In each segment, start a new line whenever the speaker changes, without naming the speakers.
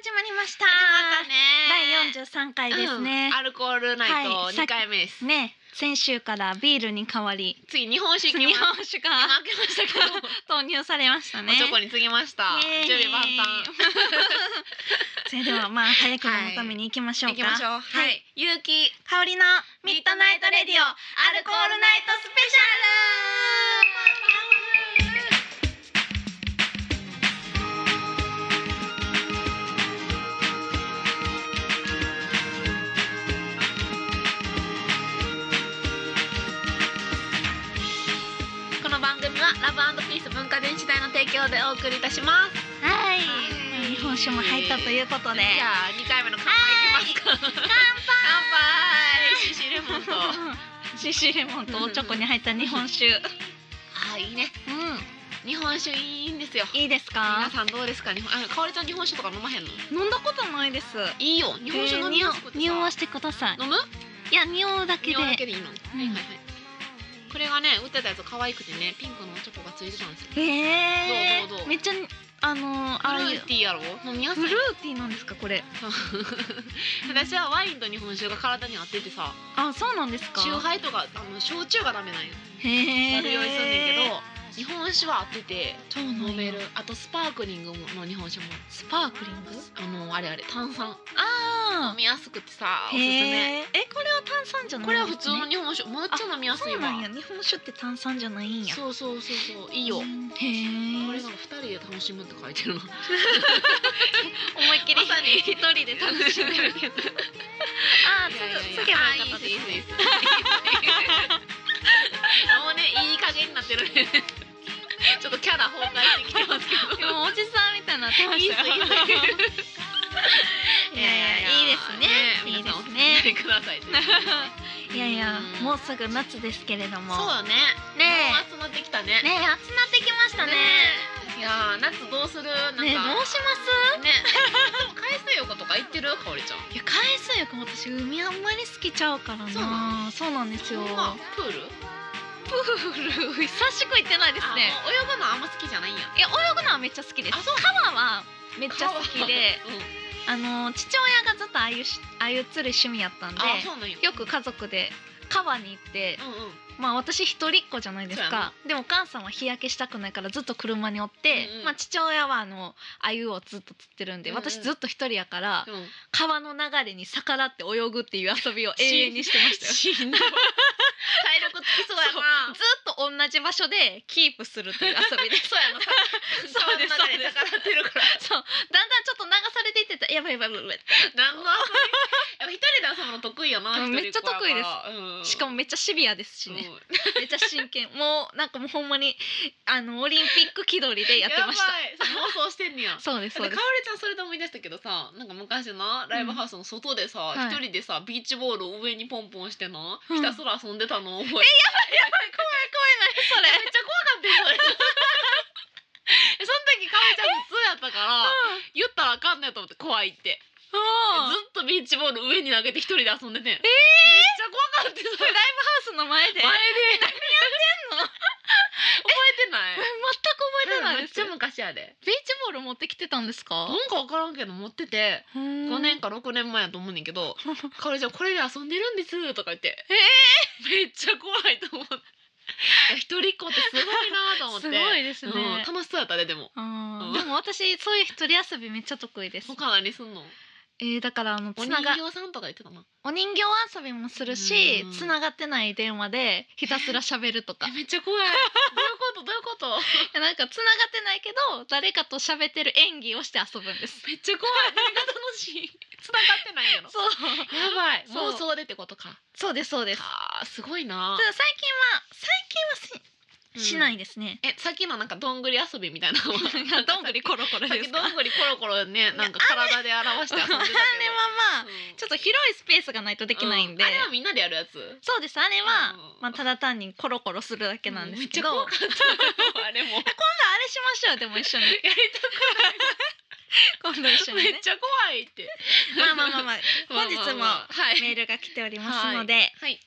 始まりました。
またね
第43回ですね
うん、。アルコールナイ
は
ト
いさっき
二回目です、
ね、先週からビールに変わり、
次 日本酒
日
行き
本
ます
酒が
今開けましたけど、
投入されました ね
お。ちょこに継ぎました
イエーイ
準備万端
それではまあ早くのために行きましょう
行
か。
きましょう
は。
はいい、ゆうき
香りのミッドナイトレディオアルコールナイトスペシ
この番組はラブピース文化電子台の提供でお送りいたします
ャル。はい
はい
日本酒も入ったということで。
じゃあ二回目の乾杯いきますか 乾杯シシレモンとあ
シシレモンとおちょこに入った日本酒。
ーいいね
う
日本酒いいんですよ
ん。いいですか
皆。さんどうですか日本あかおりちゃん日本酒とか飲まへんの
飲んだことないです。
いいよ日本酒飲みやすくてさ
匂わしてください。
飲む
いや匂うだけで。
匂いだけでいいの、
ん
はいはいはいこれがね売ってたやつ可愛くてねピンクのおチョコがついてたんですよ
ええ
どうどうどう
めっちゃあのーああ
フ
い
ル
う
ーティーやろ飲みやす
フ
い
ルーティーなんですかこれ。
私はワインと日本酒が体に合っててさ
あそうなんですか。
酎ハイとかあの焼酎がダメなんよ
へえ。
悪酔いすんねんけど日本酒は合ってて
そうなんや
飲めるあとスパークリングの日本酒も
スパークリング。
あのあれあれ炭酸
あ
飲みやすくて
あ。
さおすすめ
へーえこれは炭酸じゃない、
これは普通の。日本酒めっちゃ飲みやすい
そう
わ
なんや日本酒って炭酸じゃないんや。
そうそうそうそういいよ
うんへえ。
これが二人で楽しむって書いてるの
思いっきり
まさに
一人で楽しんでるけど。 ああ、すげえ
あ
良かったです。
いいですいいですもうねいい加減になってる ねちょっとキャラ崩壊してきてますけ
で
ど
もおじさんみたいになってましたよ。
いいですいいで
いやいやいいですね。いいで
皆さんお
す
付
ね
き。合いく ださいという
いやいや
う、ん
もうすぐ夏ですけれども。
そうよね
ね
もう集まってきたね
え、ねえ、暑なってきましたね。
いやー夏どうするなんか
ねえ、どうします。
ねでも海水浴とか行ってるかおりちゃん
いや、海水浴、私海あんまり好きちゃうからな。
そうな
そうなんですよ。
まあプール
プール、久しく行ってないです
あ
ね。
もう泳ぐのあんま好きじゃないんや
いや、泳ぐのはめっちゃ好きです。
あそう
川はめっちゃ好きで、
うん
あの父親がずっとあゆし、あゆ釣り趣味やったんで。
あそうなんよ
よく家族で川に行って。
うんうん
まあ私一人っ子じゃないです
そうや
かでもお母さんは日焼けしたくないからずっと車におって、
うんうん
まあ、父親はあの鮎をずっと釣ってるんで、
うんうん
私ずっと一人やから
うん
川の流れに逆らって泳ぐっていう遊びを永遠にしてましたよ。ず
しんどい体力つきそうやな
っと同じ場所でキープするという遊びで
そうやな
そうです
川の中で逆らってるから
そうだんだんちょっと流されていってたやばいやばいやばいや
何の遊びやっぱ一人で遊ぶの得意よな
うん
一人子やから
めっちば
う
い
ん
しかもめっちゃシビアですしね
うん
めっちゃ真剣もうなんかもうほんまにあのオリンピック気取り でやってまし
やばいそう妄想してんねや
たそうです
でか
そ
お
う
り
です
ちゃんそれで思い出したけどさなんか昔なライブハウスの外でさ
うん
一、人でさビーチボールを上にポンポンしてな、
うん
ひたすら遊んでたの覚えてる、
怖い怖い怖い何それ
めっちゃ 怖かったよそれその時かおりちゃん普通や ったから言ったらあかんないと思って怖いって
うん
ずっとビーチボール上に投げて一人で遊んでてん、めっちゃ怖かったよそ
ライ
れ
ブハウスの前で
前で何やってん
の
覚えてない
全く覚えてない
め
で
っ
す、
ちゃ昔やで
ビーチボール持ってきてたんですか
なんか分からんけど持ってて
5
5年か6年前やと思うねんけ ど「かおりちゃんこれで遊んでるんです」とか言って
え
めっちゃ怖いと思っていや一人っ子ってすごいなと思っ
す
て
ごいですね、
うん楽しそうやったねでも
あ
うん
ーでも私そういう一人遊びめっちゃ得意です
他何すんの
えー、だからあの
お
つ
人
なが
形さんとか言ってたな
お人形遊びもするし
うん
つながってない電話でひたすら喋るとか
えめっちゃ怖い どういうことどういうこと
いやなんかつながってないけど誰かと喋ってる演技をして遊ぶんです
めっちゃ怖い何が楽しい繋がってないんやろ
そう
やばい
そう
妄想でってことか
そうですそうですただ
あーすごいな
最近は最近はし,、しないいですね
えさっきのなんかどんぐり遊びみたいなのは
どんぐりコロコロ
さっ
で
き
すか
どんぐりコロコロねなんか体で表して遊んでたけど
あれはまあ
うん
ちょっと広いスペースがないとできないんで、
うあれはみんなでやるやつ
そうですあれは、
うん
まあ、ただ単にコロコロするだけなんですけど、
うんめっ
今度
ちゃ怖かったあれ も
あれしましょうでも一緒に
やり
今度一緒
た
に
め
ね
っちゃ怖いって
まあまあまあまあ
まあ
本日
まあ
も
まあはい
メールが来ておりますので、
はい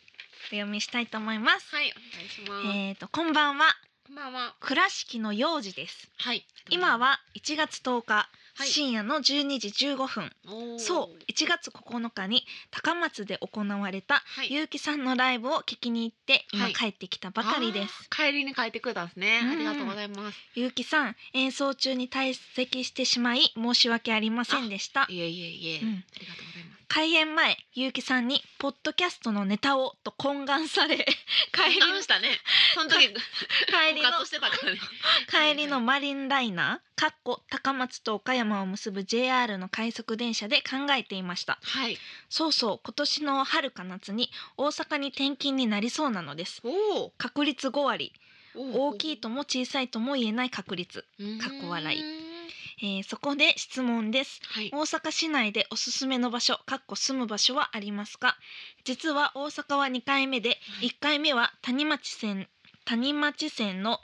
お読みしたいと思います、
はいお願いします
えっ、とこんばんは
こんばんは
倉敷の幼児です
はい
今は1月10日
はい
深夜の12時15分
おー
そう1月9日に高松で行われた
はい
結城さんのライブを聞きに行って今
はい
帰ってきたばかりです
あー帰りに帰ってくれたんですね
うん
ありがとうございます
結城さん演奏中に退席してしまい申し訳ありませんでした
いえいえいえ、
うん
ありがとうございます
開演前結城さんにポッドキャストのネタをと懇願さ れ帰りの
話したねその時
帰り
カッ
の
トしてたからね
帰りのマリンライナーかっこ高松と岡山を結ぶ JR の快速電車で考えていました
はい
そうそう今年の春か夏に大阪に転勤になりそうなのです
おー
確率5割
おー
大きいとも小さいとも言えない確率、
うーん
かっこ笑いえーそこで質問です
はい
大阪市内でおすすめの場所かっこ住む場所はありますか実は大阪は2回目で
はい
1回目は谷町線谷町線の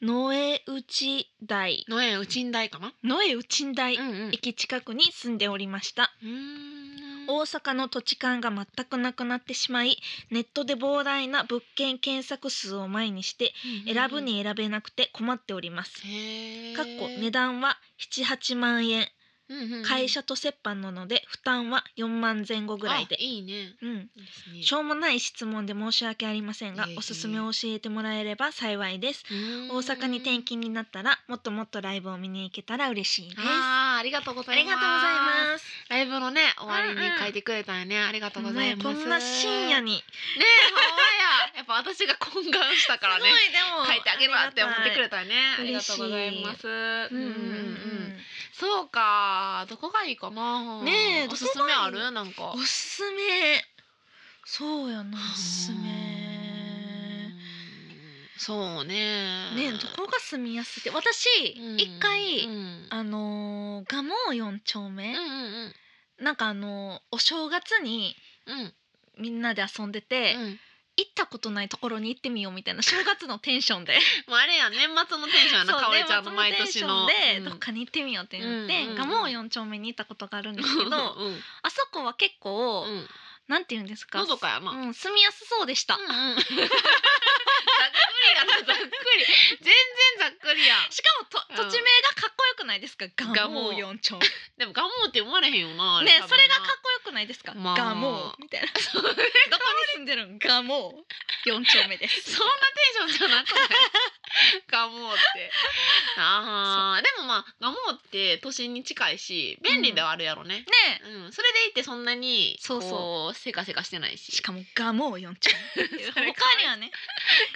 野江内台
野園うちんだいかな
野江内台
うんうん
駅近くに住んでおりました
うーん
大阪の土地勘が全くなくなってしまいネットで膨大な物件検索数を前にして選ぶに選べなくて困っております
へー
かっこ値段は78万円
うんうん
会社と折半なので負担は4万前後ぐらいで
あ、いいね
うん、
いいですね
しょうもない質問で申し訳ありませんが
いえいえ
おすすめを教えてもらえれば幸いです
うーん
大阪に転勤になったらもっともっとライブを見に行けたら嬉しいですあ
あーありがとうござい
り
ます
がとうございます
すライブのね終わりに書いてくれたよね、ありがとうございます
こんな深夜
ね
に
えほんまややっぱ私が懇願したからね書いてあげるわって思ってくれたよねありが
嬉
と
しい
うございます
うんうんうん
そうかどこがいいかな
ねえ
おすすめあ
どこが
るなんか
うんおすすめそうやな
お
おすすめ
そうね
ねえどこが住みやすいって私
うん
一回
うん
あのー蒲生四丁目、
うんうん
なんかあのーお正月に
うんうん
みんなで遊んでて、
うん
行ったことないところに行ってみようみたい な正月のテンションで
もうあれやん年末のテンションやな
そう
かおりちゃん
年
の
末
毎年の
テンションで、
うん
どっかに行ってみようってなって
うんうんうん
蒲生四丁目に行ったことがあるんです けどあ
うん
そこは結構、
うん
なんていうんですか
のどかやな、
うん、住みやすそうでした、
うんうん ざっくりやなざっくり全然ざっくりや
しかもと
うん
土地名がかっこよくないですか蒲生四丁目
でもガモって生まれへんよなあ
ね
多分な
それがかっこよくないですか蒲
まあ
生、みたいな どこに住んでるん蒲生四丁目です
そんなテンションじゃなくないガモってああでもまあガモって都心に近いし便利ではあるやろね、
ねえ
うんそれでいてそんなにこ
そうそう
せかせかしてないし
しかも蒲生四丁目っていう
そ
他
れ
にはね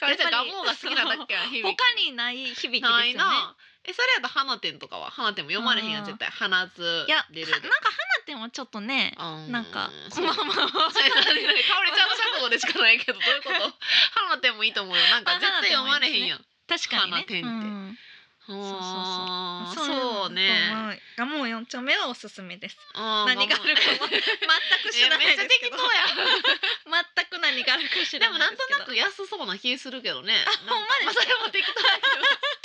かおりちゃん
やっぱ
ガ
り
モが好きなだけや響き
他にない響きですよ
な
ね
いな。え、それやと花店とかは花店も読まれへんやん
あー
絶対花津
いやは
出
なん
る
か花店はちょっとね
あー
なんか
そう
まあまあ
そ れなになにかおりちゃんの尺度でしかないけどどういうこと花店もいいと思うよなんか
あ
絶対読まれへんやん
確かにね
花店っ
う
て
ん
そう
そうそう
そうそうね
蒲生四丁目はおすすめです
あー
何があるか も全く知ら
え
な
めっ
い
ちゃ
ですけ
適
ど
当や
全く何があるか知
で
ら
も
な
ない
で
んと
すけど
なく安そうな気するけどね
あほんまです
あそれも適当やけど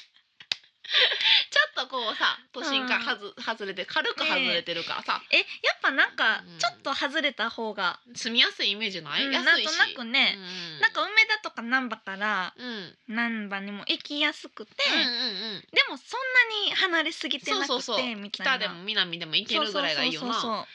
ちょっとこうさ都心からはず外れて軽く外れてるからさ
えやっぱなんか
うん
ちょっと外れた方が、
住みやすいイメージない、
うんなんと
安いし
なくね、
うん
なんか梅田とか難波から
うん、うん
難波にも行きやすくて、
うんうん
でもそんなに離れすぎてなくて
そうそうそう
みたいな
北でも南でも行けるぐらいがいいよな
そうそう
やっ
そ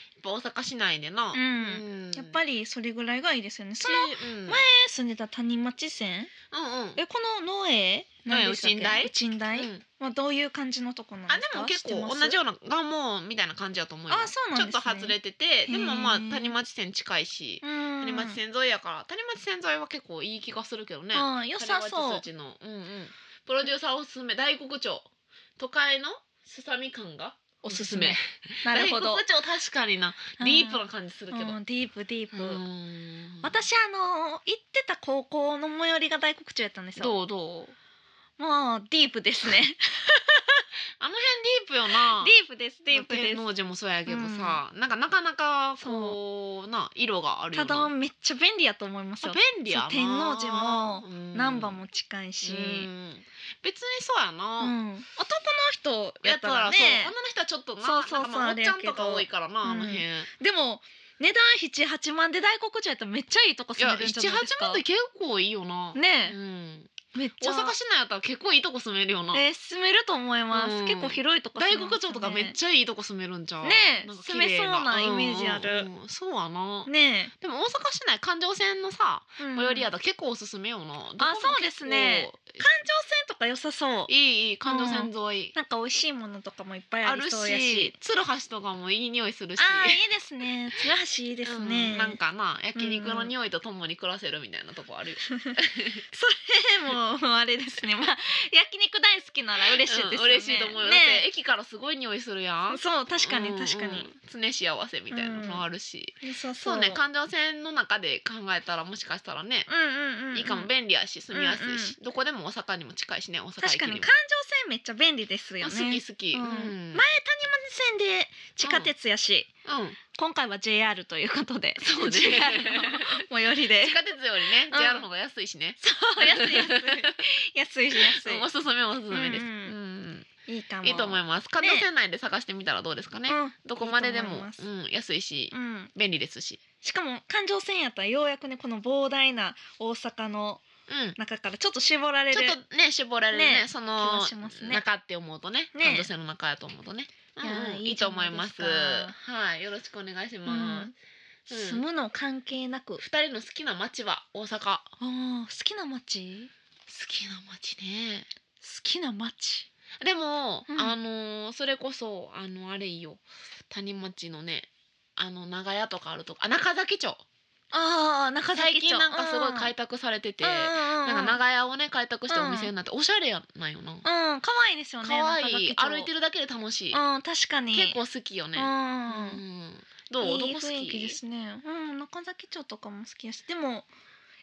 う
ぱ大阪市内でな、
うんそうやっぱ
り
りそれぐらいがいいですよねその
の
前住んでた谷町線
前うんうん
えこの農営
農営
何でしたっけ
宇鎮大
宇鎮大、
うん
まあどういう感じのとこなん
あ
です
で
か
も結
知って
構
ます
同じようなガモみたいな感じやと思うよ
あそうなんですね
ちょっと外れててでもまあ
へー
谷町線近いし
うん
谷町線沿いやから谷町線沿いは結構いい気がするけどね
あー良さ
谷
そう
町筋のうんうんプロデューサーおすすめ大黒町都会のすさみ感がおすすめ
なるほど
大黒町確かになディープな感じするけど
うんディープディープ、
うん
私あの行ってた高校の最寄りが大黒町やったんですよ。
どうどう
もうディープですね。
あの辺ディープよな
ディープですディープです
天。王寺もそうやけどさ、なんかなかなかこうな色があるよ
た
な
だめっちゃ便利やと思います
あ
よ。
便利やな
そう天王寺も
うん
難波も近いし、
うん別にそうや
う
な、
ん、男の人や
や
っ
ったた
ら
ら
ね
そう女の人はちょっとな
そうそうそう
なんかまあお
あ
っ
れ
ち
や
ゃ
け
ん
ど
とか多いからな、あの辺
う
い
でも値段七八万で大黒町やったらめっちゃいいとこ住
や
めるんじゃ
78
ないですか
万って結構いいよな、
ね
う
え、
ん
めっち
大
ゃ
阪市内やったら結構いいとこ住めるよな、
えー住めると思います、
うん
結構広いとこ
大
住め
黒
ます
町とかめっ
ゃ
ちゃいいとこ住めるんちゃう
ねえ
なんか綺
住
麗
めそうなイメージある
うんうんうんそうやな、
ね
でも大阪市内環状線のさ
え、うん
最寄りや
環状
と結構おすすめよな、
あそうですね線とか良さそう
いいいい環状線沿い、
なんか美味しいものとかもいっぱいあ
あ
り
る
そうやし
し鶴橋とかもいい匂いするし
あーいいですね鶴橋いいですね、
うんなんかな焼肉の匂いとともに暮らせるみたいなとこあるよ、
それもあれですねまあ焼肉大好きなら嬉しいですよね、
うん嬉しいと思うよ、だって
ね
駅からすごい匂いするやん
そう確かに
うんうん
確かに、
常幸せみたいなのあるし、
良さ
そうね環状線の中で考えたらもしかしたらね、
うんうんうん、うん、
いいかも便利やし住みやすいし、どこでも大阪にも近いしね大阪
確
駅
か
に
に
も
環状線めっちゃ便利ですよね
好き好き、
う
うんん
前谷線で地下鉄やし、
うん
今回は JR ということで
そうね
JR の最寄りで
地下鉄よりね、
うん
JR の方が安いしね
そう安い安い 安いし安
うんおすすめおすすめです、
う
うんん
うんいいいかも
いいと思います環状線内で探してみたらどうですかね
うん
どこまでで
いいと
も
思います
うん、安いし、
うん
便利ですし、
しかも環状線やったらようやくねこの膨大な大阪の
うん、
中からちょっと絞られる
ちょっとね絞られるね
ね
そ
気
の
はしますね
中って思うとね
ね
感情性の中やと思うとね、
いやー
うんうん
い
い
い
い
じ
と
ゃ
思
ない
い
で
ますす
か
はいよろしくお願いします、
うん住むの関係なく、
二人の好きな街は大阪好
あー好きな街
きな街ね
好きな街
でも、
うん
あのーそれこそあのあれいいよ谷町のねあの長屋とかあるとこあ中崎町
ああ中
最
崎町
近なんかすごい
書い
開拓されてて、
な
なんか長屋をね開拓してお店になっておしゃれやなんよな、
うん可愛いですよね
可愛い歩いて
る
るだけで楽しい、
うん確かに
結構好きよ
う
ね、うんどう
いい
どこ好
雰囲気で
き
すねうん中崎町とかも好きですでも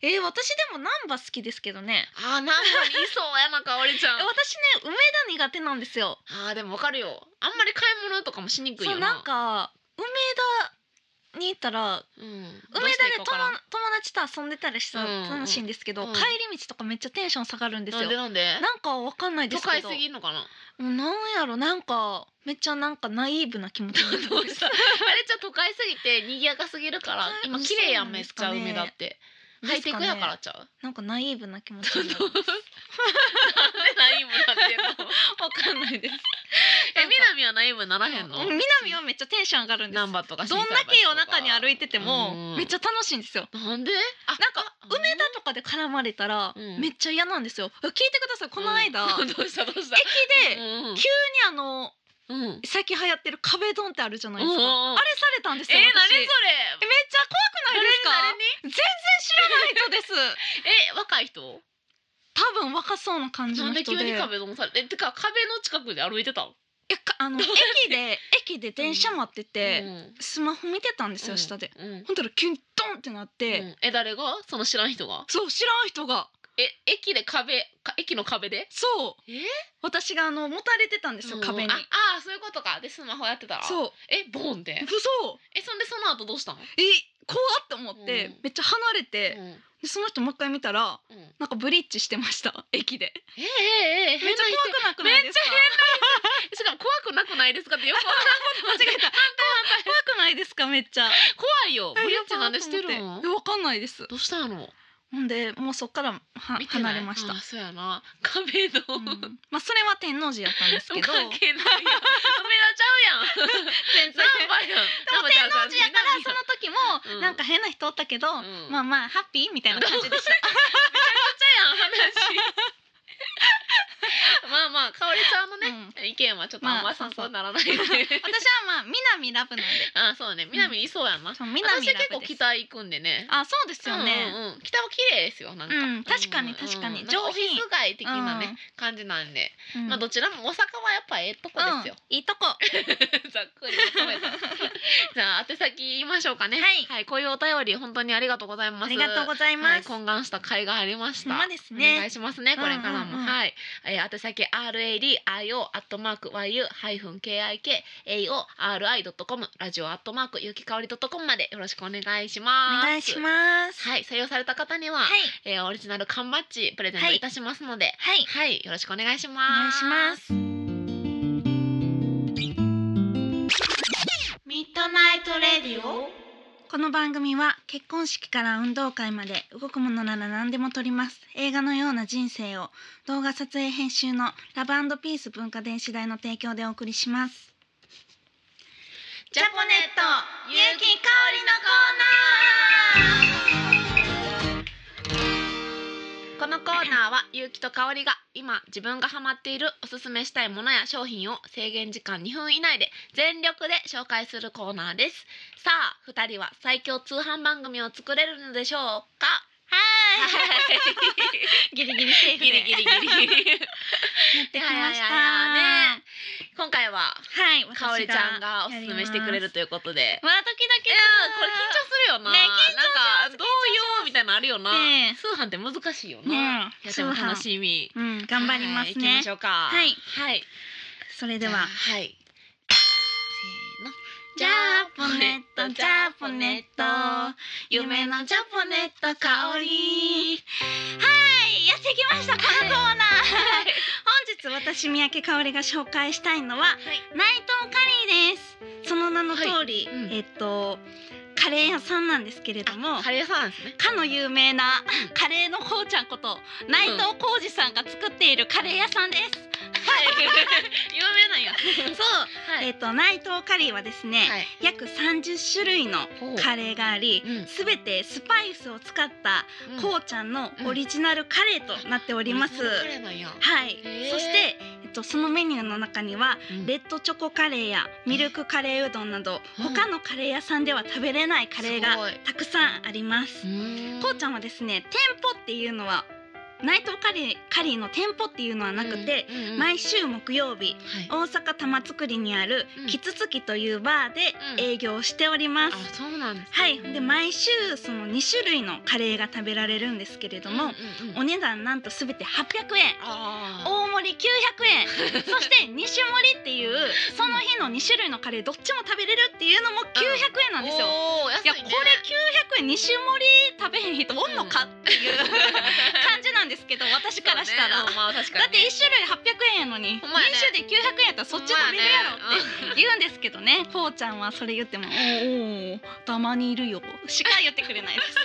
えー、私でも難波好きですけどね
あーなんか理想やなかおりちゃん
え私ね梅田苦手なんですよ
あーでもわかるよあんまり買い物とかもしにくい
そう
よな
なんか梅田に行ったら
うん、
梅
どうし
田
て
で
いこ
友
うかな
友達と遊んでたりした
うん
ら
うん
楽しいんですけど、
うん
帰り道とかめっちゃテンション下がるんですよ
なんでなんで
なんかわかんないで
都
すけ
会
ど
すぎんのかな
もうなんやろなんかめっちゃなんかナイーブな気持ちになる
どうしたあれじゃ都会すぎて賑やかすぎるから
都会
今綺麗や
そ
ん
うなん
め
で
っ
す
ち
か
ゃ
ね
梅田ってハイテクやからちゃう
なんかナイーブな気持ち
なん
に
で
な るわ
ナイーブなってんの
かんないです
え南はナイーブにならへんの
うん南はめっちゃテンション上がるんです
ナンバーとか
どんだけ夜中に歩
い
いてても
うん
めっちゃ楽しいんですよ
なんであ
なんか
あ
梅田とかで絡まれたら
うん
めっちゃ嫌なんですよ聞いてくださいこの間、
うん
駅
どうしたどうした
で急に
うん
あの
うんうん
最近流行ってる壁ドンってあるじゃないですか、
うんうんうん
あれされたんです
え
よ
ー、何
私
それ
めっちゃ怖くないですか
誰に
全然知らない人です
誰にえ若い人
多分若そうな感じ
な
の
んで
人
急
で
に壁ドンされえてか壁の近くで歩いてたの
いやかあの駅で駅で電車待ってて、
うん
スマホ見てたんですよ下で、
うんうん
ほんたら急にドンってなって、
うんえ誰がその知らん人が
そう知らん人が
え駅で壁か駅の壁で
そう
え
私があのもたれてたんですよ、
うん
壁に
ああーそういうことかでスマホやってたらう
そう
えボンって
そう
えそんでその後どうしたの
え怖っと思って、
うん
めっちゃ離れて、
うん
でその人もう一回見たら
うん
なんかブリッジしてました駅で
えええええ
めっちゃ
人
怖くなくないですか
しかも怖くなくないですかってよくわから ん
間違えた怖くないですかめっちゃ
怖いよブリッジなんでしてるの
えわかんないです
どうしたの
ほんでもうそっからは
見てな
離れ
い
ました
あ、そうやな壁の、
うん まあそれは天王寺やったんですけ
関係
ど
ないやん。カメラちゃうやん。
全
ナンバーやん。
でも天王寺やからその時も、
うん
なんか変な人おったけど、
ん
まあまあハッピーみたいな感じでした
やん話。まあ まあ、かおりちゃんのね、意見はちょっとあん
ま
ま
あ
参
そうそう
考にならないね。
私はまあ南ラブなんで
あ、そうね、南いそうやんな。
そう南ラブで
私
す
結構北行くんでね。
あそうですよね、
うんうんうん北は綺麗ですよなんか、
うん確かに確かに
うん
上品
オフィス街的なね、
うん
感じなんで、
うん
まあどちらも大阪はやっぱええとこですよ、
うんいいとこ
ざっくりまとめた。 じゃあ宛先言いましょうかね。
はい
こういうお便り本当にありがとうございま
あ
す。
りがとう
ざい
ございます、
懇願した甲斐がありました。
ほんまですね
お願いしますね。これからも、
うんうんうん
はい。えー、宛先 R A D I O アットマーク Y U ハイフン K I K A O R I ドットコムラジオアットマークゆきかおりドットコムまでよろしくお願いします。
お願いします
はい。採用された方には、
はい
えーオリジナル缶バッジプレゼントいたしますので、
はい
はい、よろしくお願いし
お願
ま
い
す。
しますミッドナイトレディオこの番組は結婚式から運動会まで動くものなら何でも撮ります映画のような人生を動画撮影編集のラブピース文化電子台の提供でお送りします
ジャポネットゆうきかおりのコーナーこのコーナーはゆうきとかおりが今自分がハマっているおすすめしたいものや商品を制限時間2分以内で全力で紹介するコーナーですさあ二人は最強通販番組を作れるのでしょうかは い
ギリギリセーフで
ギリギリギリ
やってきました
いやいやいやね今回は
はい私が
かおりちゃんがおすすめしてくれるということで
わあドキド
い
キ
やーこれ緊張するよな、
ね緊張し
なんかどうよみたいなのあるよな、
ねえ
通販って難しいよな、
ねえ
いやでも
通販
楽しみ
うん頑張ります
はい、行き
ね
ましょうか
はい
はい
それでは
じゃあはい
ジャポネットジャポネット夢のジャポネット香りはいやってきましたこのコーナー本日私三宅香りが紹介したいのは
せーのはい
内藤カリーですその名の通り、
はいうん
えっとカレー屋さんなんですけれども
あカレー屋さんなんですね
かの有名なカレーのこうちゃんこと内藤浩二さんが作っているカレー屋さんです、
はい有名なんや
そう、
は
えっと内藤カリーはですね、
はい
約30種類の
ほう
カレーがあり
うん
すべてスパイスを使った
うん
こうちゃんのオリジナルカレーとなっております、
オリジナルカレーなんや
はい
へー
そして、えっと、そのメニューの中には
うん
レッドチョコカレーやミルクカレーうどんなど
うん
他のカレー屋さんでは食べれないカレー
す
が
ごいう
たくさんあります
ーん
こうちゃんはですね店舗っていうのは内藤カリーカリーの店舗っていうのはなくて、
うんうんうん
毎週木曜日
は
大
い
阪玉造にある
うん
キツツキというバーで
うん
営業をしております、
あそうなんですね
はいで毎週その2種類のカレーが食べられるんですけれども、
うんうんうん
お値段なんとすべて800円
あー
大盛り900円 そして2種盛りっていうその日の2種類のカレーどっちも食べれるっていうのも900円なんですよ、
おー安
いや
い
こ
ね
れ900円2種盛り食べへん人おんのかっていう 感じなんですけど私からしたら、
そうねうんまあ確か
だ
に
って1種類800円やのに、
ほ
2
んまやね
種で900円やったらそっち食べるやろって
ろ
言うんですけどねこうちゃんはそれ言っても「おーおーたまにいるよ」しか言ってくれないです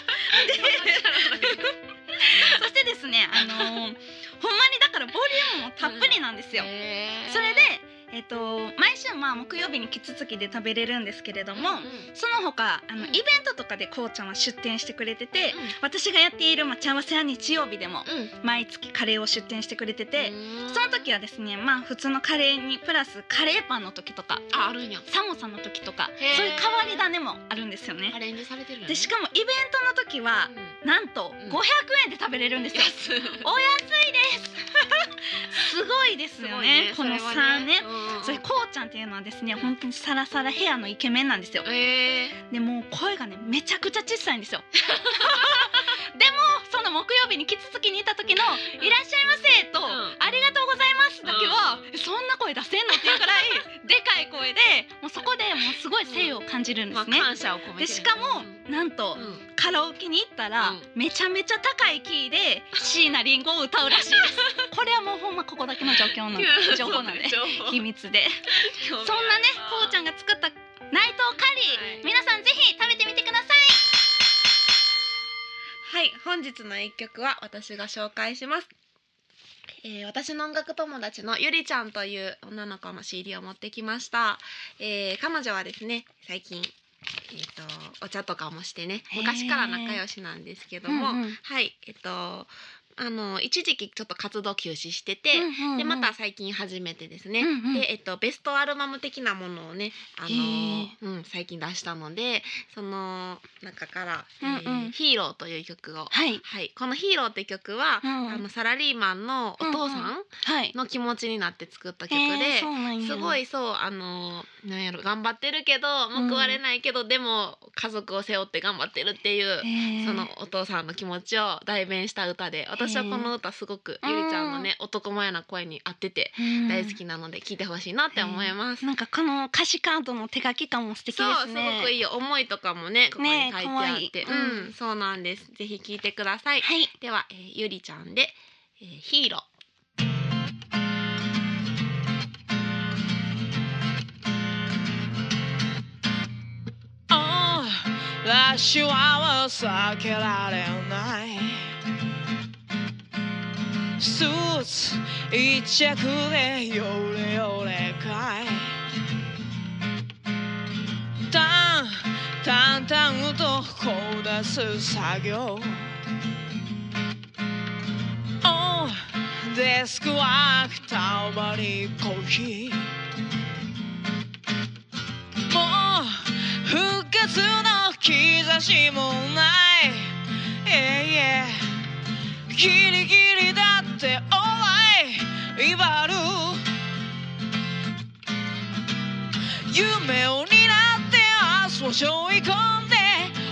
そしてですねあのーほんまにだからボリュームもたっぷりなんですよ、 それで、えっと毎週まあ木曜日にキツツキで食べれるんですけれども、その他あの、
うん
イベントとかでこうちゃんは出店してくれてて、私がやっている待ち合わせは日曜日でも毎月カレーを出店してくれてて、その時
は
はですねまあ普通のカレーにプラスカレーパンの時とか
ああるんや
寒さの時とか
へー
そういう変わり種もあるんですよね
ア。レンジされてるよね
でしかもイベントの時は
うん
なんと
うん
500円で食べれるんですよ。
安い
お安いです。すごいです
す
よ
ごい
ね。この差ね。そ
そ
れ
れは
こうちゃんっていうのはですね本当にサラサラヘアのイケメンなんですよ
うんえ
でもう声がねめちゃくちゃ小さいんですよ でもその木曜日にキツツキにいた時の「いらっしゃいませ」と「
うん
ありがとうございます」だけは、そんな声出せんのっていうくらいでかい声でもうそこでもうすごい性を感じるん
ー
で
ますあ
ね、
感謝を込め
で
て
しかも
うん
なんと、
うん
カラオケに行ったら、
うん
めちゃめちゃ高いキーで椎名林檎を歌うらしいです これはもうほんまここだけの状況の情報なんで
情 報
秘密で
興味ある
そんなね、こうちゃんが作った内藤カリー、
はい
皆さんぜひ食べてみてください。
はい、本日の一曲は私が紹介します。えー私の音楽友達のゆりちゃんという女の子の CD を持ってきました。えー彼女はですね、最近えっ、とお茶とかもしてね、
へー
昔から仲良しなんですけども、
うんうん
はい、えっ、とあの一時期ちょっと活動休止してて、でまた最近始めてですね、
うんうん
でえっとベストアルバム的なものをねあ
へー
の、うん、最近出したのでその中から、
うんうん
えーヒーロー」という曲を、
はい、
はい、この「ヒーロー」って曲は、
うん
あのサラリーマンのお父さん
はい、
の気持ちになって作った曲で。
へーそうなんや
すごいそうあのなんやろ頑張ってるけど報われないけど、でも家族を背負って頑張ってるっていう
へー
そのお父さんの気持ちを代弁した歌で私はこの歌すごく
へー
ゆりちゃんのね男前な声に合ってて
うん
大好きなので聴いてほしいなって思います。
なんかこの歌詞カードの手書き感も素敵で
そう
す
す
ね。
ごくいいよ思いとかもねここに書い
ね
て
可
あ
愛い
って、
うん
うんそうなんですぜひ聴いてください、
はい、
では、えーゆりちゃんで、えーヒーロー
ああ私は避けられないスーツ一着でヨレヨレかいたん淡々とこう出す作業おデスクはたまにコーヒーもう復活の兆しもない、yeah, yeah ギリギリだってオーライ威張る夢を担って明日を背負い込んで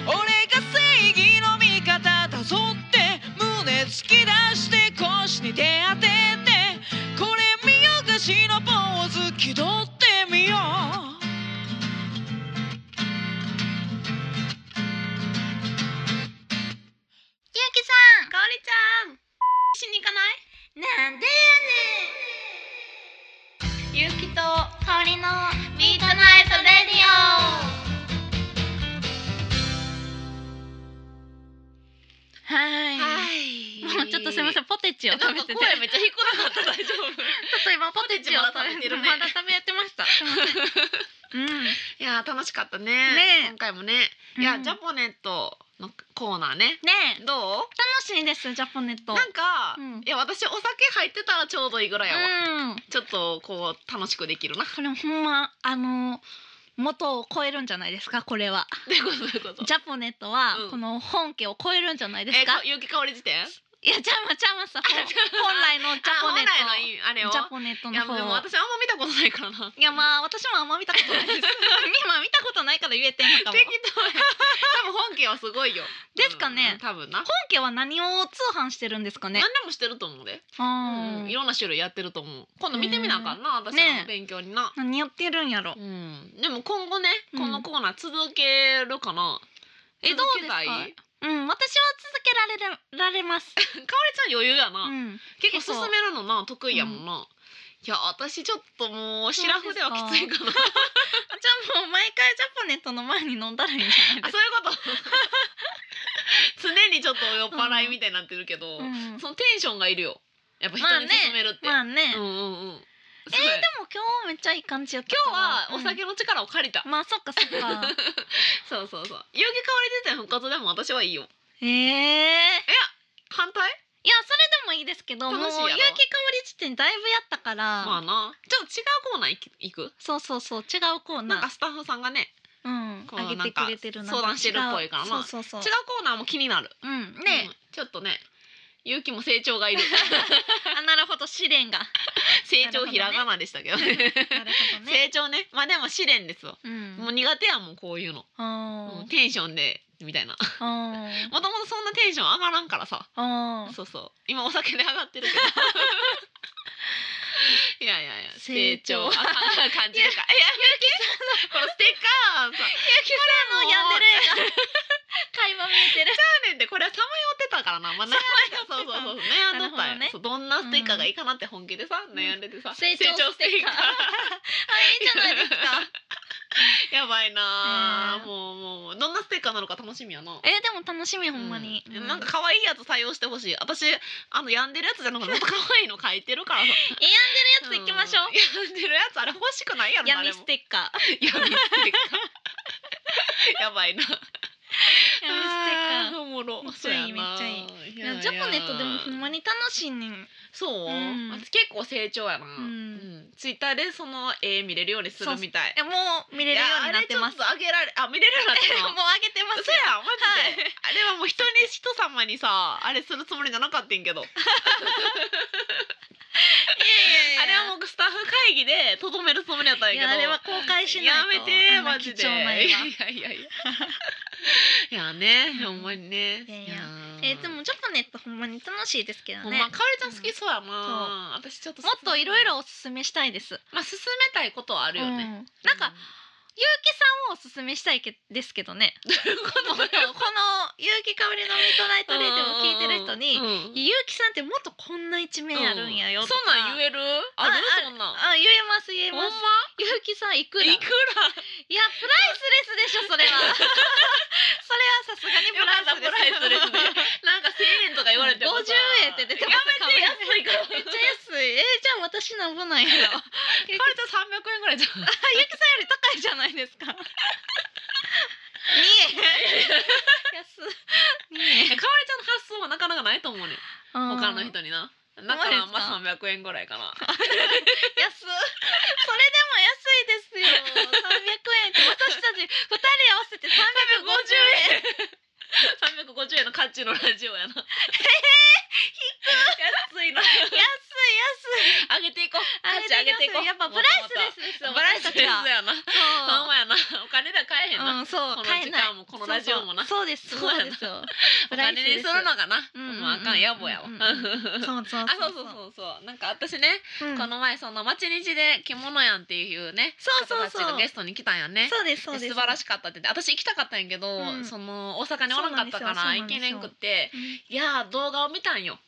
俺が正義の味方だぞって胸突き出して腰に手当ててこれ見よがしのポーズ気取ってみよう
ゆうきさんかおりちゃん
しに行かな
な
い
んでやねんゆうきとかおりのミートナイトレディオはい
はい
もうちょっとすみませ
ん
んポテチを
な
食
ん
べ
か
てて
声めっちゃ低かった大丈 夫
ちょっと今ポテチを食べてるね
まだ食べやってま した
うん
いやー楽しかったね
ね
今回もねいや、
うん
ジャポネットのコーナーね
ねえ
ど
楽しいですジャポネッ
う
ト
なんか、
うん
いや私お酒入ってたらちょうどいいぐらいやわ、
うん
ちょっとこう楽しくできる な
これほんまあの元を超えるんじゃないですかこれは
どういうことどういうこと
ジャポネットは
うん
この本家を超えるんじゃないで
え
すか、
ー、雪香り辞典あ
いやちゃうまちゃうまさ本
ちゃう
本来のジャポ
本
ネ
来
ット
のいいあれを
ジャポネット
い
の
やで
方
も私あんま見たことないから な
いやまあ私もあんま見たことないです 今見たことないから言えてんのかも
適当や多分本家はすごいよ
ですかね
うん多分な、
本家は何を通販してるんですかね
何でもしてると思うで、
あ
うん、い
ー
ろんな種類やってると思う今度見てみなあかんな、私
ね
の勉強にな、
何やってるんやろ
うん、でも今後ね、
うん
このコーナー続けるかな
えどうですか
続けたいかおり
うん私は続けられるられます
ちゃん余裕やな、
うん
結構進めるのな得意やもんな、いや私ちょっともうシラフではきついかな
じゃあもう毎回ジャポネットの前に飲んだらいいんじゃな
あ
い
そういうこと常にちょっと酔っ払いみたいになってるけど、
ですか、
そのテンションがいるよやっぱ人
まあね
に勧めるって、
うん、まあね、
う
えー、でも
んうんうん
今日めっちゃいい感じやった
今
かな
日はお酒の力を借りた、
うんまあそっかそっ か
そうそうそう遊戯香り出て復活でも私はいいよ
ええ
反対
いやそれでもいいですけどもう
楽
有
し
機
いやろ
香り地点だいぶやったから、
まあなちょっと違うコーナー行き行く
そうそうそう違うコー
なん
ナ
かスタッフさんがね
ー
こ
うん上
う
げてくれてるな
なんか相談してるっぽいからな
違うそうそう
違う
そう
コーナーも気になる
うんね
うんちょっとね勇気も成 長がいる
あなるほど試 練が
成長ひらがなでしたけどね
なるほどね
成長ねまあでも試練ですわ、
うん
もう苦手やもんこういうの、
あ
うんテンションでみたいな
ーあー
もともとそんなテンション上がらんからさ
あ ー
そうそう今お酒で上がってる けどいやいやいや成
成
長
長
あかん感じるからいやゆきさんこのステッカーさ
あのやんでる映画会話見 えてる
去年でこれはさまよってたからな、まあ、悩んでたそうそうそう悩んどったん
なる
や
ほどね
そうどんなステッカーがいいかなって本気でさ、悩んでてさ
成長
ステッカー
あいいじゃないですか
やばいなあ、
ねえ
もうもうもうどんなステッカーなのか楽しみやな
えーでも楽しみほんまに、
うんなんか可愛いやつ採用してほしい私あの病んでるやつじゃな くてもっと可愛いの書いてるからさ
えやんでるやつ行きましょう、
病んでるやつあれ欲しくないやろ
闇
誰
ス
も
テッカー
闇ステッカー やばいな
闇ステッカー
あおもろ
めっちゃいい
そうやな
めっちゃいいや
や
ジャポネットでもほんまに楽しいねん
そう、
うん
私結構成長やな、
ん
うんツイッターでその絵見れるようにするみたい
えもう見れるようになってます
いやあれちょっとあげられあ見れるようになって る
もう
の
あげてま
嘘
すよ
やんマジで、あれはもう人に人様にさあれするつもりじゃなかったんけどあ
あ
れはもうスタッフ会議でとどめるつもりやったん
い
やけど
やあれは公開しないと
や
あ
めて
んな
マジで
貴重な絵
いや
はい
やいやいや いやね
うん
ほんまにね
いやいやえーでもジャパネットほんまに楽しいですけど
ほん
ね
ま
もっ
かおりちゃん好きそうやな、私ちょっと
といろいろおすすめしたいです
まあ進めたいことはあるよね、
うんなんかさんをおすすめしたいけですけどね もうこの結城かおりのミッドナイトレイディを聞いてる人に
うん
結城さんってもっとこんな一面あるんやよ
う
と
ん
か
そんなん言えるある
あ
そんなん
あ言えます言え
ほん
ま
ます
結城さんいくら
いくら
いやプライスレスでしょそ れはそれはさすがにプ
よかったプライス
ラ
レ
イ
ス
ス で
で
す
なんか1000円とか言われてもさ
50円って出てます
やめて安いから
めっちゃ安いえー、じゃあ私なんぼなんやろ あ
これと300円ぐらいじゃん
ゆきさんより高いじゃないですか二円安
え
二円
かわりちゃんの発想はなかなかないと思うね他の
安
人になだか
ほんまです
ら
か
まあ300円ぐら いかな
それでも安いですよ三百円って私たち二人合わせて三百五十円
350円の価値のラジオやな安いな
安い安い
上げていこう価値上げていこう
やっぱプライスレスですよ
バランス
私たち
や
は
な
そ
ほんまやなお金では買えへん
うう
なん
そう
この
買え
時
ない
間もこのラジオもなお
そうそうです
そうや
そ
な
うですよ
金にするのがな
うんうんうん
もうあかん野暮やわ
うんうん
あ
そうそうそう
そうそうそう そうなんか私ね
そう、うん
この前その町日で着物やんっていうね
そうそうそう
人たちがゲストに来たんやね
そうですそう
で
です
素晴らしかったって言って私行きたかったんやけど、
うん
その大阪におらんかったか
そうな
ら
んですよ
行けねんくって
うん
いやー動画を見たんよ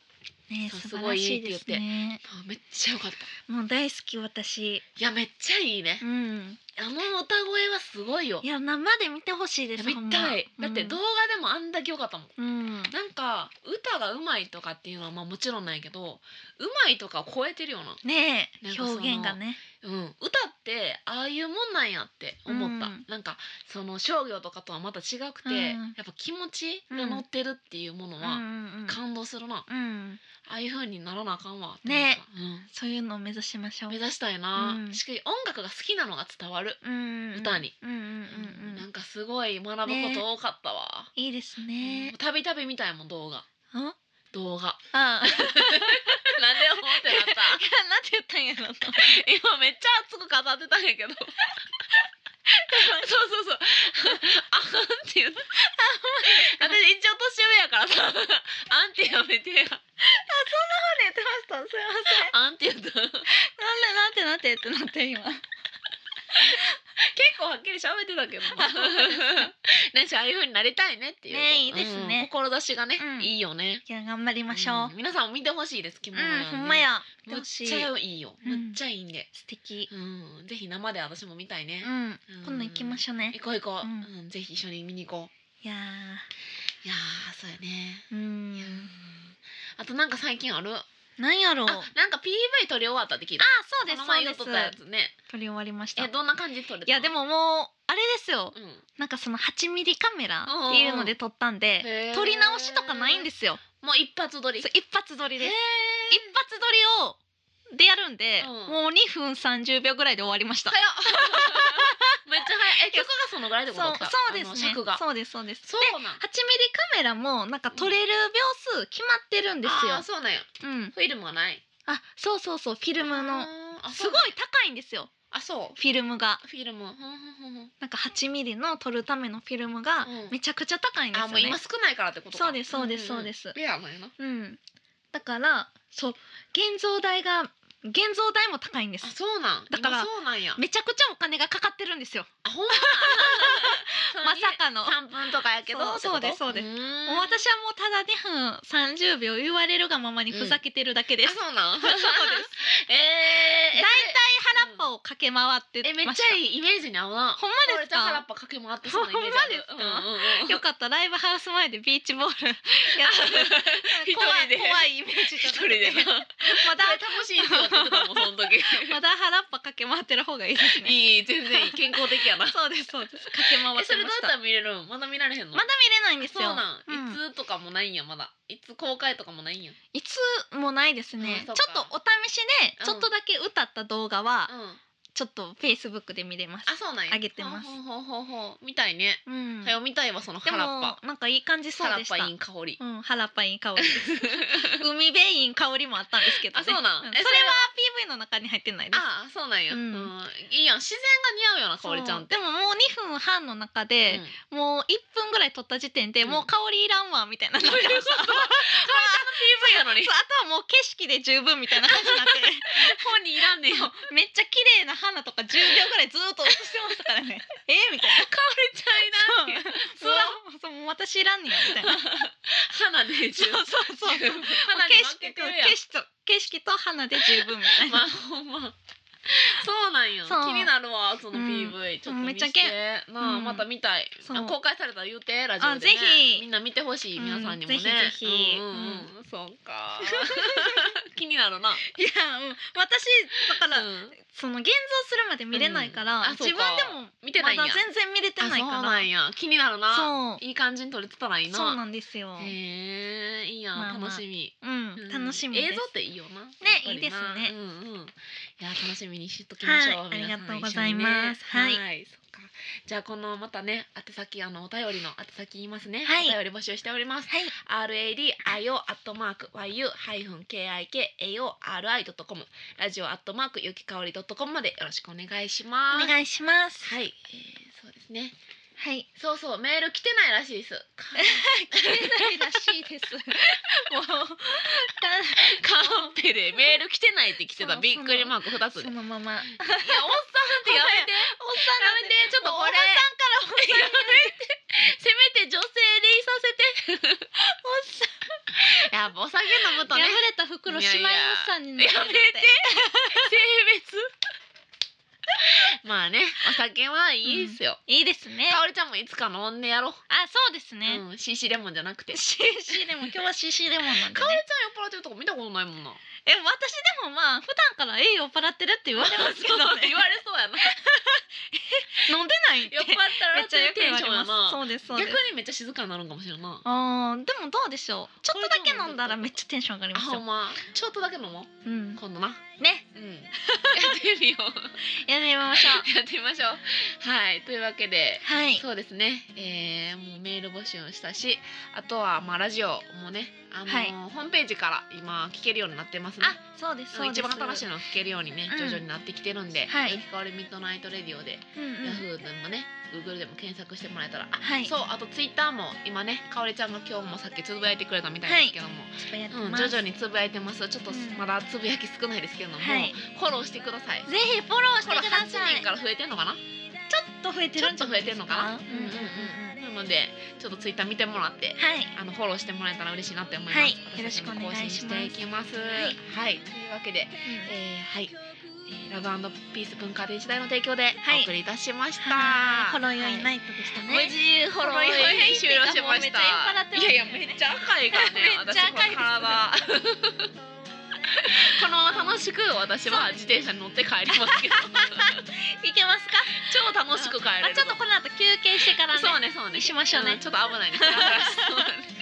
ね
そう
素晴らしいです
すごい
ね
あめっちゃよかったい
もう大好き私
やめっちゃいいね
う、ん
あの歌声はすごいよ
いや生で見てほしいですほん
見
ま
たい、だって動画でもあんだけよかったもん
うん
なんか歌がうまいとかっていうのはまあもちろんなんやけどうまいとかを超えてるよな
ね
なん
え
かその
表現がね
うん、歌ってああいうもんなんやって思った、
うん
なんかその商業とかとはまた違くて、
うん
やっぱ気持ちが乗ってるっていうもの
う
は
んうん
感動するな、
うんうん
ああいう風にならなあかんわって思った
ね、そういうのを目指しましょ
うん
う
目指したいな、
うん
しかし音楽が好きなのが伝わる、
うん
歌に
うんうんうんう
なんんかすごい学ぶこと多かったわ、
いいですね
たびたび見たいもん動画
あ
動画
あ なんて
なんで思ってなった
言ったんやろな
今めっちゃ熱く語ってたん やけどそうそう そうあんって言う私一応年上やからさあんってやめてや
言ってましたすいません
あんって言った結
なんでなんてなんてってなって今
構はっきり喋ってた けどねああいう風になりたいねっていうこと
ねいいですね
うん志がね、
うん
いいよね
じゃあ頑張りましょう
うん皆さんも見てほしいです着
う
物なん
ん
で
ほんまや見
む
て
っ
ほしい
ちゃいいよ
うん
むっちゃいいんで、
素敵
うんぜひ生で私も見たいね
う、ん
うん
今度行きましょうね
行こう行こう、
うん
うんぜひ一緒に見に行こう
いや
いやーそうやね
ーうん
あとなんか最近あるあ
なんやろうあ
なんか PV 撮り終わったって聞いた
そうです
この
そ
前
うで
言っとったや
す
つね
撮り終わりました
え
い
どんな感じで撮れた
やでももうあれですよ
うん
なんかその8ミリカメラっていうので撮ったんで
へー
撮り直しとかないんですよ
もう一発撮り
そう一発撮り
へ
で
ー
す一発撮りをでやるんで
うん
もう2分30秒ぐらいで終わりました
早っ めっちゃ早いえ曲がそのぐらいで
そう
ことか
そうです
あの
ね
尺が
そうですそうです
そ
で
うなん
8ミリカメラもなんか撮れる秒数決まってるんです
あーそうなんや
よ。うん、
フィルムがない
あそうそうそうフィルムの
あーあ
す
そ
ご
う
い
なんや
高いんですよ
あそ
フィルムが
うフィルムふんふんふんふん
なんか8ミリの撮るためのフィルムが
うん
めちゃくちゃ高いんです
あ
よ
もう
ね
今。少ないからってことか
そうですそうですそうですす。
レアなんやな
うん、だからそう現像代が現像代も高いんで
あ
す。
そうなん
だから
今そうなんや
めちゃくちゃお金がかかってるんですよ。
あほんま
まさかの。もう
三分とかやけど
そう
ってこと
そうですそうです
ーん
私はもうただ2分30秒言われるがままにふざけてるだけです。
あそ うなんそうですえー、え
大体腹っぱを駆け回って
えめっ
ま
ち
した
ゃいいイメージに合うな
ほんまです
俺と原っ
か
ぱかけ回ってそうなイメージある
ほんまですか
うんうん うん
よかったライブハウス前でビーチボール やってる
一人で
怖い怖いイメージじゃ
一
な
人で
くて まだ
楽しいって言ってたもんその時
まだ腹っぱかけ回ってる方がいいですね
いい全然いい健康的 やなえ
そうですそうですかけ回ってまし
それどうやっ
た
たら見れるんまだ見られへんの
まだ見れないんです
そう
よ
なん、
うん
いつとかもないんやまだいつ公開とかもないんや
いつもないですね
あ
ちょ
そう
っ
か
とお試し
う
で
ん
ちょっとだけ歌った動画は
うん
ちょっとフェイスブックで見れます
あそうなんや
あげてます
ほうほうほうほうみたいね
うん
は
で
よ、
も
見たいわその原っぱ
なんかいい感じそう
原っ
でした
ぱいい香り
うん、腹パイン香りです。海辺イン香りもあったんですけどね。
あそうなん
んそ
え
れは
それは
AV の中に入ってないです
ああそうなんや、う
うんん
いいやん自然が似合うよな香りちゃんって
そうでももう2分半の中で、もう1分ぐらい撮った時点で、
うん
もう香りいらんわみたい ななってました
PV やのに
そうあとはもう景色で十分みたいな感じになっ て
本にいらんねんよ香り
めっちゃ綺麗な花とか10秒ぐらいずっと映してましたから ねえー、みたいな
ちゃんいらんねんそう
もうそうもう私いらんねんみたいな
花で十
そうそうそう
花に
景
負け
色
て
と
るやん
景色と景色と花で十分みたい な、
まあほんまそうなんよ
そう
気になるわその
うん
PV ちょっと見
め
せ
ってち
なあ
うん
また見たい
そう
公開されたら言うてラジオでね
あぜひ
みんな見てほしい
うん
皆さんにも
ぜ
ね
ひぜひ
うんうんうんそ うか気になるない
や、うん、私だから、
うん
その現像するまで見れないから、
うんあ
自
そう
分
か
でも
見てな
ま
いんや
だ全然見れてないか
あそうな
ら
んや気になるな
そう
いい感じに撮れてたらいいな
そうなんですよ。
へえいいやん、
まあまあ
楽しみ、
うん、楽しみです。
映像っていいよなね
いいですね
うんうんいや楽しみにしときましょう、
はい
皆さん
ありがとうございます
一緒にね
は
はいそっかじゃあこのまたね宛先あのお便りの宛先言いますね、
はい
お便り募集しております
はい、
RADIO アットマーク YU-KIKAORI.com ラジオアットマークゆきかおり .com までよろしくお願いします
お願いします。
はい、えー、そうですね
はい、
そうそうメール来てないらしい です
切れないらしいです。もう、
カンペでメール来てないって来てた
そう
びっくりマーク二つ
そ
でいやおっさんっ
のまま。おっさんなんて
てやめてやめてちょっとこれ
おばさんからおっさん
やめてせめて女性でいさせてやっぱお酒飲むと
破れ
ね
た袋しまいおっさんになるって
やめて性別まあねお酒はいいですよ、
いいですね。
かおりちゃんもいつか飲んでやろう、
あ、そうですね。
うん、CC レモンじゃなくてか
CC レモン今日は CC レモンなんで、
おりちゃん
ね、
酔っ払ってるとこ見たことないもんな
え私でもまあ普段から栄養酔っ払ってるって言われますけど
そう
ね
言われそう やな
飲んでないって
酔っ払ったら
めっちゃよく
テ
言
ン
わ
ショ
れ
ンや
ます
な
そうですそう
逆
です
にめっちゃ静かになるんかもしれんな
あーでもどうでしょうちょっとだけ飲んだらめっちゃテンション上がり
あ
ます
ほ
よ
ん、まちょっとだけ飲もう
うん、
今度な
ね
うんやってみよう
やってみましょう
やってみましょうはいというわけで
はい
そうですね、えー、もうメール募集をしたしあとはまあラジオもね、あのー
はい
ホームページから今聞けるようになってますね
あそうです
う
そ
ん
うです
一番新しいのを聞けるようにね、
うん
徐々になってきてるんで「
はい
ゆきかおりミッドナイトレディオで」
うんうん、
Yahoo でもね Google でも検索してもらえたらあ
はい
そうあとツイッターも今ねかおりちゃんが今日もさっきつぶやいてくれたみたいですけども、
ちょっとやって
うん、
ます、
徐々につぶやいてますちょっと
うん
まだつぶやき少ないですけども、
はい
フォローしてください
ぜひフォローし
フォ
て
ロ
くだ
ー
さ
8
い
人から増えてんのかな
ちょっと増えて
ちょ
る
っ
んじゃ
と増
な
え
い
て
で
ん
す
の
か
かな、
うんうんうんうん
なのでちょっとツイッター見てもらって
はい
あのフォローしてもらえたら嬉しいなって思います、
はい
私たちも
よろしくお願いします
更新していきます
はい
はい、というわけで、えーはい、えーラブピース文化電子代の提供で
はい
お送りいたしました、
はーいほろ酔いナイトでしたね、
無事ほろ酔い終了しました
もうめっちゃ酔っ払ってますね
いやいやめっちゃ赤いからね
めっちゃ赤いです
私この体このまま楽しく私は自転車に乗って帰りますけど
いけますか
超楽しく帰れ
あ
る
ちょっとこの後休憩してからね
そうねそうね
しましょうね
んちょっと危ないねフラフラしそうだね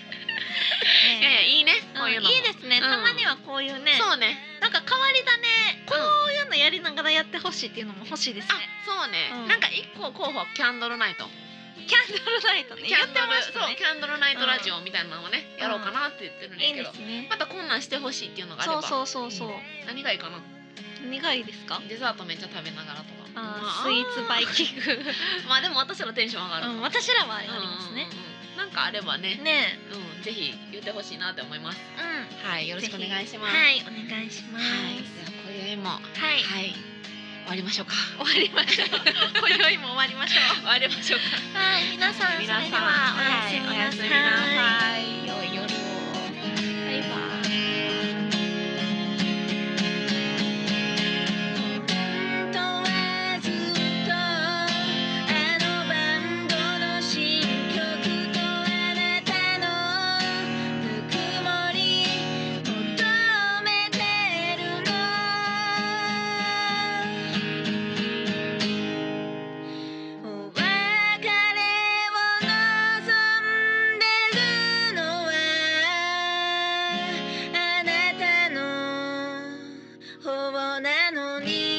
いやいやいいねこういうのも
いいですね、
うん
たまにはこういうね
そうね
なんか変わりだね
こう
こう
ん
いうのやりながらやってほしいっていうのも欲しいです
あ
ね
そうね、
うん
なんか一個候補はキャンドルナイト
キャンドルライトね
キャンド
やってま
ル、
した
そう
ね
キャンドルナイトラジオみたいなのをね、
うん
やろうかなって言ってるんです
いい
け
で
ど、
すね
またこんなんしてほしいっていうのがあれ
そう
ば
そうそうそう、
何がいいかな
苦いですか
デザートめっちゃ食べながらとか
あー、スイーツバイキング、
まあでも私らテンション上がる
うん、私らはあり
うんうんうん
ますね、
なんかあればね
ね
うんぜひ言ってほしいなって思います
えう
はいよろしくお願いします
んはいお願いします
はいじゃあ今宵もは
はい、
い終わりましょうか
終わりまし ょう今宵も終わりましょう
終わりましょうか
はい皆さんそれで
皆さん
は
はいお
お
や
やす
すみ
み
な
なさい
さい良い夜を
バイバイ
本当はずっとあのバンドの新曲とあなたのぬくもり求めてるのお別れを望んでるのはあなたの方なのに